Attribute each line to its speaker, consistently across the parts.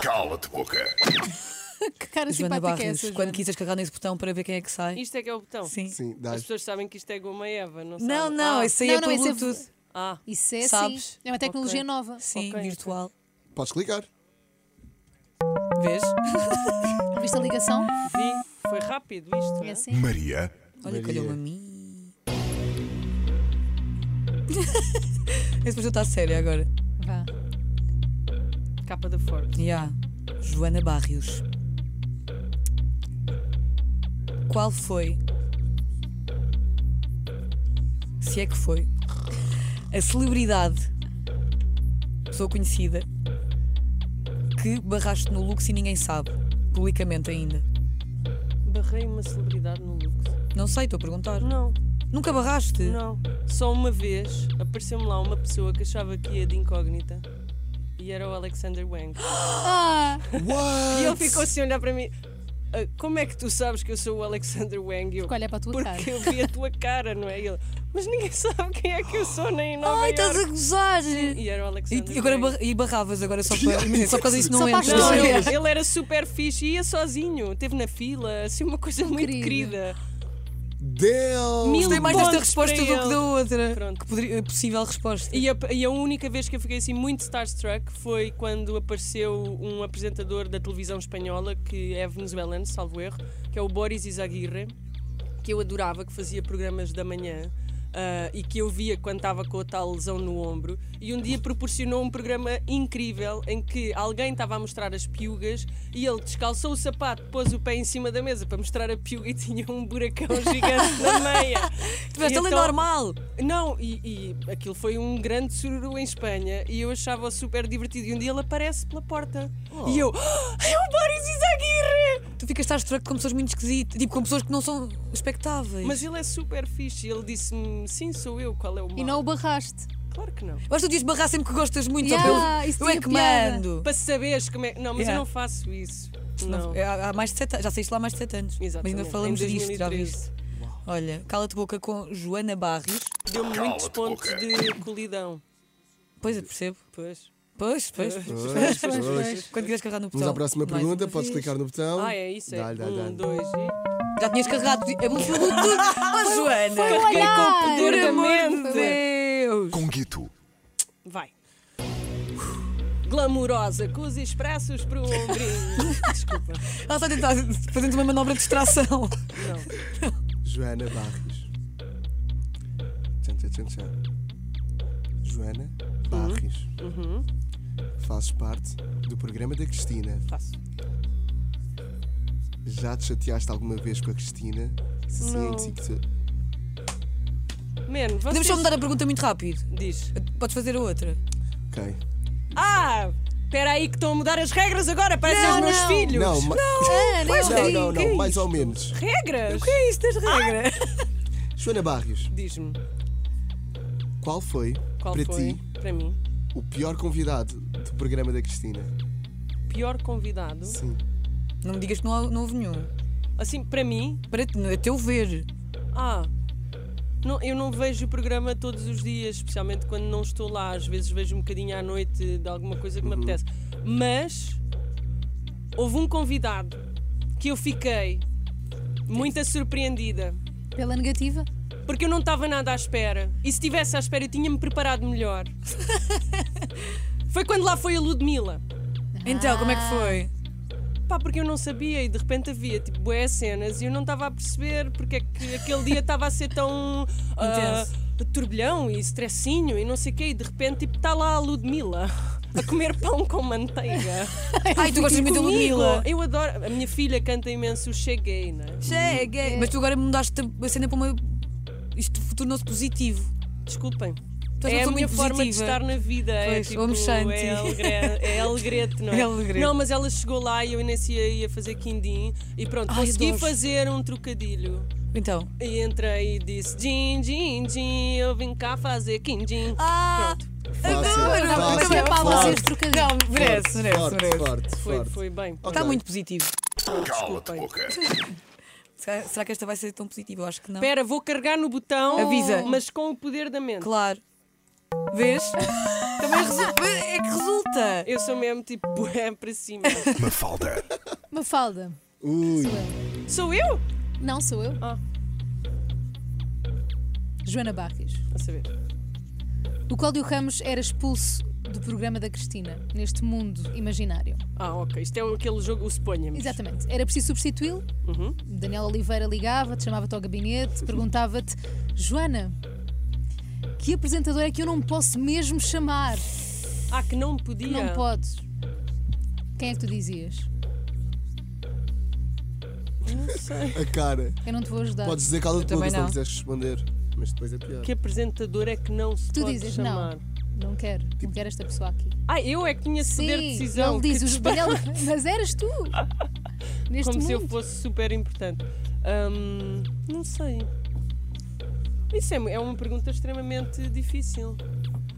Speaker 1: Cala-te, boca.
Speaker 2: que cara simpática
Speaker 3: Joana
Speaker 2: é
Speaker 3: Barros,
Speaker 2: essa?
Speaker 3: quando
Speaker 2: Joana?
Speaker 3: quiseres carregar nesse botão para ver quem é que sai.
Speaker 4: Isto é que é o botão.
Speaker 3: Sim.
Speaker 5: Sim,
Speaker 4: As
Speaker 5: dás.
Speaker 4: pessoas sabem que isto é goma Eva, não
Speaker 3: Não,
Speaker 4: sabem?
Speaker 3: não,
Speaker 4: ah,
Speaker 3: isso aí
Speaker 2: Não,
Speaker 3: é
Speaker 2: não,
Speaker 3: pelo
Speaker 2: isso é vo-
Speaker 3: Bluetooth.
Speaker 4: ah,
Speaker 2: Isso é
Speaker 3: Sabes?
Speaker 2: sim. É uma tecnologia
Speaker 4: Ok.
Speaker 2: nova.
Speaker 3: Sim,
Speaker 4: Ok.
Speaker 3: virtual.
Speaker 5: Podes clicar.
Speaker 3: Vês?
Speaker 2: Viste a ligação?
Speaker 4: vi. Foi rápido isto.
Speaker 2: É
Speaker 4: não
Speaker 2: assim.
Speaker 1: Maria,
Speaker 3: Olha,
Speaker 5: Maria.
Speaker 3: calhou-me a mim. Esse projeto está sério agora.
Speaker 2: Vá.
Speaker 4: Capa da Forbes.
Speaker 3: Ya. Joana Barrios. Qual foi? Se é que foi. A celebridade, pessoa conhecida, que barraste no Lux e ninguém sabe, publicamente ainda.
Speaker 4: Barrei uma celebridade no Lux.
Speaker 3: Não sei, estou a perguntar.
Speaker 4: Não,
Speaker 3: Nunca barraste?
Speaker 4: não. Só uma vez apareceu-me lá uma pessoa que achava que ia de incógnita e era o Alexander Wang.
Speaker 2: Ah,
Speaker 4: E ele ficou assim a olhar para mim. "Ah, Como é que tu sabes que eu sou o Alexander Wang? E Eu,
Speaker 2: porque olha para a tua cara.
Speaker 4: porque eu vi a tua cara, não é? E ele, mas ninguém sabe quem é que eu sou, nem em Nova
Speaker 3: Ai, estás
Speaker 4: Iorque."
Speaker 3: a gozar!
Speaker 4: E era o
Speaker 3: E,
Speaker 4: Alexander
Speaker 3: e agora
Speaker 4: Wang.
Speaker 3: barra- e barravas agora só para. Imagina, só por causa disso
Speaker 2: Só
Speaker 3: não
Speaker 2: para a
Speaker 3: entras.
Speaker 4: Não,
Speaker 2: história.
Speaker 4: ele, ele era super fixe e ia sozinho. Esteve na fila, assim, uma coisa muito
Speaker 2: Querido.
Speaker 4: querida.
Speaker 5: Deus!
Speaker 4: Mil
Speaker 3: Gostei mais desta
Speaker 4: pontos
Speaker 3: resposta do
Speaker 4: para
Speaker 3: que
Speaker 4: ele.
Speaker 3: da outra.
Speaker 4: Pronto.
Speaker 3: Que poderia, é possível resposta.
Speaker 4: E a, e a única vez que eu fiquei assim muito starstruck foi quando apareceu um apresentador da televisão espanhola, que é venezuelano, salvo erro, que é o Boris Izaguirre, que eu adorava, que fazia programas da manhã. ah, e que eu via quando estava com a tal lesão no ombro, e um dia proporcionou um programa incrível em que alguém estava a mostrar as piugas e ele descalçou o sapato, pôs o pé em cima da mesa para mostrar a piuga e tinha um buracão gigante na meia.
Speaker 3: Tiveste
Speaker 4: E
Speaker 3: ali
Speaker 4: então-
Speaker 3: normal.
Speaker 4: Não, e, e aquilo foi um grande sururu em Espanha e eu achava super divertido. E um dia ele aparece pela porta
Speaker 5: Oh.
Speaker 4: e eu. "Ah, é o Boris Izaguirre!
Speaker 3: Tu ficas starstruck com pessoas muito esquisitas. Tipo, com pessoas que não são expectáveis.
Speaker 4: Mas ele é super fixe. Ele disse-me: Sim, sou eu, qual é o mal?
Speaker 2: E não o barraste.
Speaker 4: Claro que não.
Speaker 3: Eu acho que tu devias barrar sempre que gostas muito. só
Speaker 2: Ya,
Speaker 3: para eu-
Speaker 2: isso
Speaker 3: eu é
Speaker 2: tinha
Speaker 3: que
Speaker 2: piada.
Speaker 3: mando.
Speaker 4: Para saberes como é. Não, mas
Speaker 3: Yeah.
Speaker 4: eu não faço isso. Não.
Speaker 3: Não, é, há há mais de sete, já saíste lá há mais de 7 anos.
Speaker 4: Exatamente.
Speaker 3: Mas ainda falamos
Speaker 4: Em
Speaker 3: disto, já
Speaker 4: 2013.
Speaker 3: viste? Olha, cala-te boca com Joana Barrios.
Speaker 4: Deu-me muitos
Speaker 1: Cala-te,
Speaker 4: pontos
Speaker 1: boca.
Speaker 4: de colidão.
Speaker 3: Pois eu percebo.
Speaker 4: Pois.
Speaker 3: Pois, pois.
Speaker 5: Pois, pois.
Speaker 3: Quando quiseres carregar no botão.
Speaker 4: Então,
Speaker 5: Vamos à próxima
Speaker 3: Mais
Speaker 5: pergunta.
Speaker 3: uma
Speaker 5: Podes
Speaker 3: vez.
Speaker 5: clicar no botão.
Speaker 4: Ah, é isso? É.
Speaker 5: Dá-lhe, dá-lhe,
Speaker 4: um,
Speaker 5: dá-lhe.
Speaker 4: dois e.
Speaker 3: Já tinhas carregado. É bom tudo. Oh, Joana.
Speaker 2: Foi um olhar.
Speaker 3: Por amor
Speaker 4: Completamente.
Speaker 3: de Deus.
Speaker 1: Conguito,
Speaker 4: Vai. Glamurosa, com os expressos para o ombrinho. Desculpa.
Speaker 3: Ela está a tentar fazer uma manobra de distração.
Speaker 4: Não.
Speaker 5: Joana Barros. Tchan, tchan, tchan, tchan. Joana
Speaker 4: Hum.
Speaker 5: Barros.
Speaker 4: Uhum.
Speaker 5: Fazes parte do programa da Cristina.
Speaker 4: Faço.
Speaker 5: Já te chateaste alguma vez com a Cristina? Se sim,
Speaker 4: Não.
Speaker 5: em que te-
Speaker 4: Mano, vocês...
Speaker 3: Podemos só mudar a pergunta muito rápido.
Speaker 4: Diz.
Speaker 3: Podes fazer a outra.
Speaker 5: Ok.
Speaker 4: Ah! Espera aí que estão a mudar as regras agora, parecem os meus
Speaker 2: não.
Speaker 4: filhos.
Speaker 5: Não, ma-
Speaker 2: Ah, não.
Speaker 5: não, não,
Speaker 4: que
Speaker 5: não,
Speaker 4: é
Speaker 5: mais
Speaker 4: isto?
Speaker 5: ou menos.
Speaker 4: Regras? Ah,
Speaker 3: é isso das regras?
Speaker 5: Joana Barros,
Speaker 4: Diz-me,
Speaker 5: qual foi
Speaker 4: qual
Speaker 5: para
Speaker 4: foi
Speaker 5: ti
Speaker 4: para mim
Speaker 5: o pior convidado do programa da Cristina?
Speaker 4: pior convidado?
Speaker 5: Sim.
Speaker 3: Não me digas que não, há- não houve nenhum.
Speaker 4: Assim, para mim,
Speaker 3: Para te- a é teu ver.
Speaker 4: ah, não, eu não vejo o programa todos os dias, especialmente quando não estou lá. Às vezes vejo um bocadinho à noite de alguma coisa
Speaker 5: Uhum.
Speaker 4: que me apetece. Mas houve um convidado que eu fiquei muito surpreendida.
Speaker 2: Pela negativa?
Speaker 4: Porque eu não estava nada à espera. E se estivesse à espera, eu tinha-me preparado melhor. foi quando lá foi a Ludmilla.
Speaker 3: Então, como é que foi?
Speaker 4: Pá, porque eu não sabia e de repente havia tipo bué cenas e eu não estava a perceber porque é que aquele dia estava a ser tão ah, turbilhão e stressinho e não sei o quê e de repente tipo está lá a Ludmilla a comer pão com manteiga. Tipo,
Speaker 3: Ai, tu gostas muito da
Speaker 4: Comigo.
Speaker 3: Ludmilla.
Speaker 4: Eu adoro, a minha filha canta imenso o Cheguei, né?
Speaker 3: Cheguei. Mas tu agora mudaste a cena para uma. Isto tornou-se positivo.
Speaker 4: Desculpem.
Speaker 3: Tu és
Speaker 4: é
Speaker 3: uma
Speaker 4: a
Speaker 3: pessoa
Speaker 4: minha
Speaker 3: Então muito
Speaker 4: forma de
Speaker 3: positiva.
Speaker 4: estar na vida. é
Speaker 3: Pois,
Speaker 4: tipo,
Speaker 3: vamos Santi.
Speaker 4: é alegre, é alegrete, não é?
Speaker 3: É alegrete.
Speaker 4: Não, mas ela chegou lá e eu nem sei ia fazer quindim e pronto,
Speaker 3: Ai,
Speaker 4: consegui
Speaker 3: adoro.
Speaker 4: fazer um trocadilho.
Speaker 3: Então.
Speaker 4: E entrei e disse: Din, din, din, eu vim cá fazer quindim.
Speaker 3: Ah!
Speaker 4: Pronto,
Speaker 5: Fácil,
Speaker 3: Agora,
Speaker 5: fácil,
Speaker 3: mas
Speaker 2: é para
Speaker 3: forte.
Speaker 2: vocês trocadilho.
Speaker 3: Não, merece, merece,
Speaker 5: forte,
Speaker 3: merece.
Speaker 5: Forte,
Speaker 4: foi,
Speaker 5: forte.
Speaker 4: foi bem.
Speaker 3: Está
Speaker 5: Ok.
Speaker 3: muito positivo.
Speaker 1: cala-te,
Speaker 4: Desculpem.
Speaker 1: boca.
Speaker 3: Será será que esta vai ser tão positiva? Eu acho que não.
Speaker 4: Espera, vou carregar no botão,
Speaker 3: Avisa.
Speaker 4: mas com o poder da mente.
Speaker 3: Claro. Vês? Também resulta. É que resulta.
Speaker 4: Eu sou mesmo tipo bué para cima.
Speaker 5: Mafalda.
Speaker 2: Mafalda.
Speaker 5: Ui.
Speaker 2: Sou eu.
Speaker 4: Sou eu?
Speaker 2: Não, sou eu.
Speaker 4: Ah.
Speaker 2: Joana Barris.
Speaker 4: A saber.
Speaker 2: O Cláudio Ramos era expulso do programa da Cristina, neste mundo imaginário.
Speaker 4: Ah, ok. Isto é aquele jogo, o suponha-me.
Speaker 2: Exatamente. Era preciso substituí-lo.
Speaker 4: Uhum.
Speaker 2: Daniel Oliveira ligava-te, chamava-te ao gabinete, perguntava-te: Joana, que apresentador é que eu não posso mesmo chamar?
Speaker 4: Ah, que não podia.
Speaker 2: Não podes. Quem é que tu dizias?
Speaker 4: Não sei.
Speaker 5: A cara.
Speaker 2: Eu não te vou ajudar.
Speaker 5: Podes dizer cala-te
Speaker 3: Tá. Eu também
Speaker 5: boca se não
Speaker 3: não.
Speaker 5: quiseres responder. Mas depois é pior.
Speaker 4: Que apresentador é que não se
Speaker 2: Tu
Speaker 4: pode
Speaker 2: dizes
Speaker 4: chamar?
Speaker 2: não. Não quero.
Speaker 5: Tipo-
Speaker 2: Não quero esta pessoa aqui.
Speaker 4: Ah, eu é que tinha esse poder de decisão.
Speaker 2: ele
Speaker 4: que
Speaker 2: diz os
Speaker 4: disparate.
Speaker 2: Daniel, mas eras tu. Neste
Speaker 4: Como
Speaker 2: mundo.
Speaker 4: se eu fosse super importante. Hum, não sei. Isso é, é uma pergunta extremamente difícil.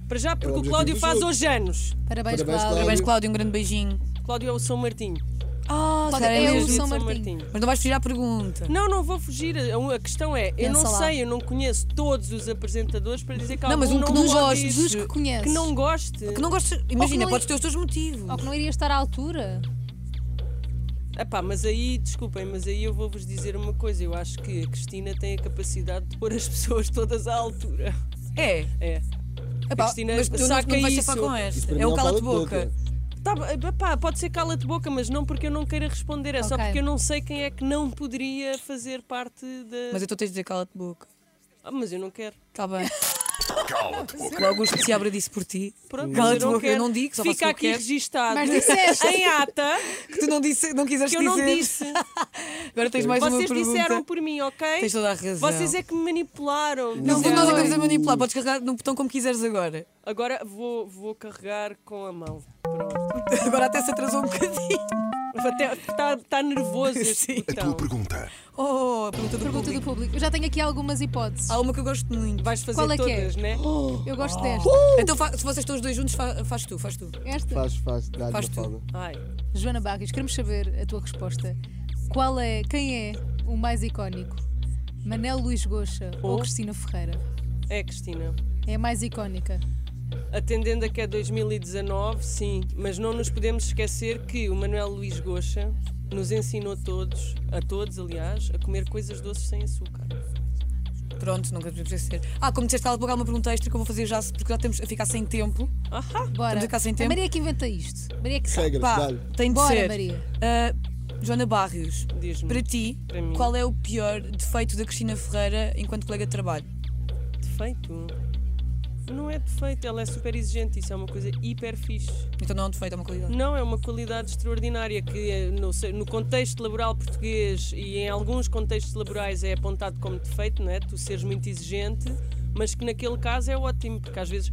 Speaker 4: Para já, porque o
Speaker 5: É objetivo
Speaker 4: Cláudio
Speaker 5: do
Speaker 4: faz
Speaker 5: jogo.
Speaker 4: hoje anos.
Speaker 2: Parabéns,
Speaker 5: Parabéns,
Speaker 2: Cláudio.
Speaker 5: Cláudio.
Speaker 3: Parabéns, Cláudio, um grande beijinho.
Speaker 4: Cláudio é o São Martinho.
Speaker 3: Ah,
Speaker 2: Cláudio,
Speaker 3: será
Speaker 2: é o
Speaker 3: mesmo?
Speaker 2: São Martinho.
Speaker 3: Mas não vais fugir à pergunta.
Speaker 4: Não, não vou fugir. A a questão é, eu não
Speaker 2: Pensa lá.
Speaker 4: sei, eu não conheço todos os apresentadores para dizer que
Speaker 3: Não, mas
Speaker 4: algum
Speaker 3: um que
Speaker 4: não
Speaker 3: não
Speaker 4: goste,
Speaker 3: gostes.
Speaker 2: Dos que conheces.
Speaker 4: que não goste.
Speaker 3: Que não gostas. Imagina,
Speaker 2: não-
Speaker 3: podes ter os teus motivos.
Speaker 2: Ou que não iria estar à altura.
Speaker 4: Epá, mas aí, desculpem, mas aí eu vou-vos dizer uma coisa. Eu acho que a Cristina tem a capacidade de pôr as pessoas todas à altura.
Speaker 3: É.
Speaker 4: É.
Speaker 3: Epá,
Speaker 4: Cristina
Speaker 3: mas tu não,
Speaker 4: saca
Speaker 3: não vais
Speaker 4: isso.
Speaker 3: safar com
Speaker 5: Isso
Speaker 3: esta.
Speaker 5: para mim
Speaker 3: É o
Speaker 5: um
Speaker 3: cala-te-boca.
Speaker 4: Tá, b- epá, pode ser cala de boca, mas não porque eu não queira responder. É só
Speaker 2: Ok.
Speaker 4: porque eu não sei quem é que não poderia fazer parte da.
Speaker 3: Mas eu estou a dizer cala-te-boca.
Speaker 4: Ah, mas eu não quero.
Speaker 3: Está bem. Cala-te-boca. Logo o Augusto se abra disso por ti.
Speaker 4: Pronto, mas eu
Speaker 3: Cala-te-boca.
Speaker 4: não
Speaker 3: Eu,
Speaker 4: quero.
Speaker 3: não digo, só faço
Speaker 4: Fica
Speaker 3: o que
Speaker 4: aqui
Speaker 3: eu quero.
Speaker 4: registado
Speaker 2: Mas disseste.
Speaker 4: em ata
Speaker 3: Que tu não, disse, não quiseste
Speaker 4: que eu não
Speaker 3: dizer.
Speaker 4: disse.
Speaker 3: Agora tens mais uma
Speaker 4: Vocês
Speaker 3: pergunta.
Speaker 4: disseram por mim, ok?
Speaker 3: Tens toda a razão.
Speaker 4: Vocês é que me manipularam.
Speaker 3: Não,
Speaker 4: Disseram.
Speaker 3: não, nós é estamos a manipular. Podes carregar no botão como quiseres agora.
Speaker 4: Agora vou, vou carregar com a mão. Pronto.
Speaker 3: Agora até se atrasou um bocadinho.
Speaker 4: Está tá nervoso este botão.
Speaker 5: pergunta.
Speaker 3: Oh, a pergunta do
Speaker 2: Pergunta do
Speaker 3: público.
Speaker 2: público. Eu já tenho aqui algumas hipóteses.
Speaker 3: Há uma que eu gosto muito.
Speaker 4: Vais fazer
Speaker 2: Qual é que é?
Speaker 4: todas, né?
Speaker 2: Eu gosto desta.
Speaker 3: Então, fa- se vocês estão os dois juntos, fa- faz tu, faz tu.
Speaker 2: Esta.
Speaker 5: Faz, faz. Dá-lhe
Speaker 3: Faz
Speaker 5: uma
Speaker 3: tu.
Speaker 5: falda.
Speaker 4: Ai.
Speaker 2: Joana Barris, queremos saber a tua resposta. Qual é, quem é o mais icónico? Manel Luís Goxa ou
Speaker 4: Oh.
Speaker 2: Cristina Ferreira?
Speaker 4: É, Cristina.
Speaker 2: É a mais icónica.
Speaker 4: Atendendo a que é 2019, sim, mas não nos podemos esquecer que o Manuel Luís Goxa nos ensinou todos, a todos aliás, a comer coisas doces sem açúcar.
Speaker 3: Pronto, nunca devia ser. Ah, como disseste, cala-te-boca, há uma pergunta extra que eu vou fazer já, porque já estamos a ficar sem tempo.
Speaker 4: Ahá!
Speaker 2: Bora.
Speaker 3: Estamos a ficar sem
Speaker 2: A
Speaker 3: tempo.
Speaker 2: Maria que inventa isto. Maria é que sabe.
Speaker 5: Regras,
Speaker 3: Pá,
Speaker 5: dá-lhe.
Speaker 3: tem de
Speaker 2: Bora,
Speaker 3: ser.
Speaker 2: Maria.
Speaker 3: Ah, Joana Barrios,
Speaker 4: Diz-me.
Speaker 3: para ti,
Speaker 4: Para mim.
Speaker 3: qual é o pior defeito da Cristina Ferreira enquanto colega de trabalho?
Speaker 4: Defeito? Não é defeito, ela é super exigente, isso é uma coisa hiper fixe.
Speaker 3: Então não é um defeito, é uma qualidade.
Speaker 4: Não, é uma qualidade extraordinária que eh, no, se- no contexto laboral português e em alguns contextos laborais é apontado como defeito, não é? Tu seres muito exigente, mas que naquele caso é ótimo, porque às vezes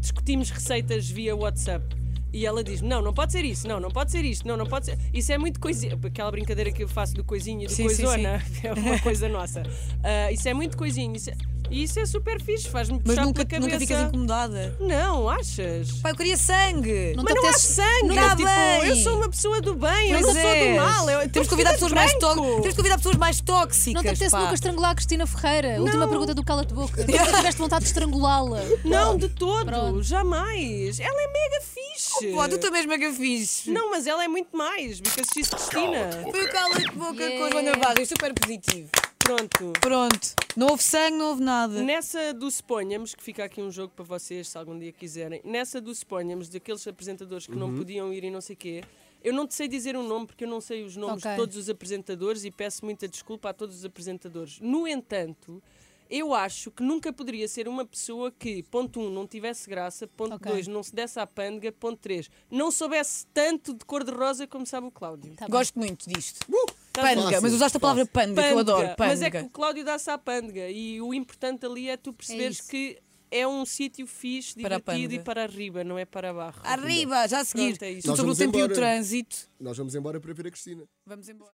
Speaker 4: discutimos receitas via WhatsApp e ela diz: Não, não pode ser isso, não, não pode ser isto, não, não pode ser. Isso é muito coisinha. Aquela brincadeira que eu faço do coisinho e do
Speaker 3: Sim,
Speaker 4: coisona, é uma coisa nossa. Ah, isso é muito coisinho. Isso é, e isso é super fixe, faz-me
Speaker 3: Mas
Speaker 4: puxar
Speaker 3: nunca,
Speaker 4: pela cabeça.
Speaker 3: nunca assim ficas incomodada.
Speaker 4: Não, achas?
Speaker 3: Pá, eu queria sangue!
Speaker 2: Não
Speaker 4: Mas
Speaker 2: te
Speaker 4: não há
Speaker 2: apetece-
Speaker 4: sangue,
Speaker 3: Não há
Speaker 4: tipo,
Speaker 3: bem.
Speaker 4: eu sou uma pessoa do bem, eu não
Speaker 3: Pois
Speaker 4: sou do
Speaker 3: és.
Speaker 4: mal. Eu,
Speaker 3: Temos
Speaker 4: tu
Speaker 3: que convidar
Speaker 4: ficas
Speaker 3: pessoas mais
Speaker 4: branco.
Speaker 3: tóxicas. Temos que convidar pessoas mais tóxicas.
Speaker 2: Não te apetece
Speaker 3: pá.
Speaker 2: nunca estrangular a Cristina Ferreira? Última pergunta do cala-te-boca. Nunca tiveste vontade de estrangulá-la.
Speaker 4: Não, de todo,
Speaker 2: Pronto.
Speaker 4: jamais. Ela é mega fixe.
Speaker 3: Pô, tu também és mega fixe.
Speaker 4: Não, mas ela é muito mais, because she's Cristina.
Speaker 3: Foi o cala-te-boca com a
Speaker 2: Yeah.
Speaker 3: Joana Barrios, super positivo.
Speaker 4: Pronto.
Speaker 3: Pronto, não houve sangue, não houve nada.
Speaker 4: Nessa do Suponhamos, que fica aqui um jogo para vocês, se algum dia quiserem. Nessa do Suponhamos, daqueles apresentadores que não podiam ir e não sei quê, eu não te sei dizer o nome porque eu não sei os nomes
Speaker 2: Ok.
Speaker 4: de todos os apresentadores e peço muita desculpa a todos os apresentadores. No entanto, eu acho que nunca poderia ser uma pessoa que, ponto 1, um, não tivesse graça, ponto
Speaker 2: Ok.
Speaker 4: 2, não se desse à pândega, ponto 3, não soubesse tanto de cor-de-rosa como sabe o Cláudio.
Speaker 2: Tá bem.
Speaker 3: Gosto muito disto.
Speaker 5: Uh!
Speaker 4: Tá bom?
Speaker 3: Pândega, mas usaste a palavra pândega, que eu adoro. Pândega.
Speaker 4: Mas é que o Cláudio dá-se à pândega e o importante ali é tu perceberes
Speaker 2: isso.
Speaker 4: que é um sítio fixe,
Speaker 3: Para a
Speaker 4: divertido e
Speaker 3: pândega. Ah,
Speaker 4: para arriba, não é para barro.
Speaker 3: Arriba, já a seguir.
Speaker 4: Pronto, é isso.
Speaker 3: Tudo
Speaker 5: Nós
Speaker 3: sobre o
Speaker 5: vamos
Speaker 3: tempo e o
Speaker 5: embora.
Speaker 3: trânsito.
Speaker 5: Nós vamos embora para ver a Cristina.
Speaker 3: Vamos embora.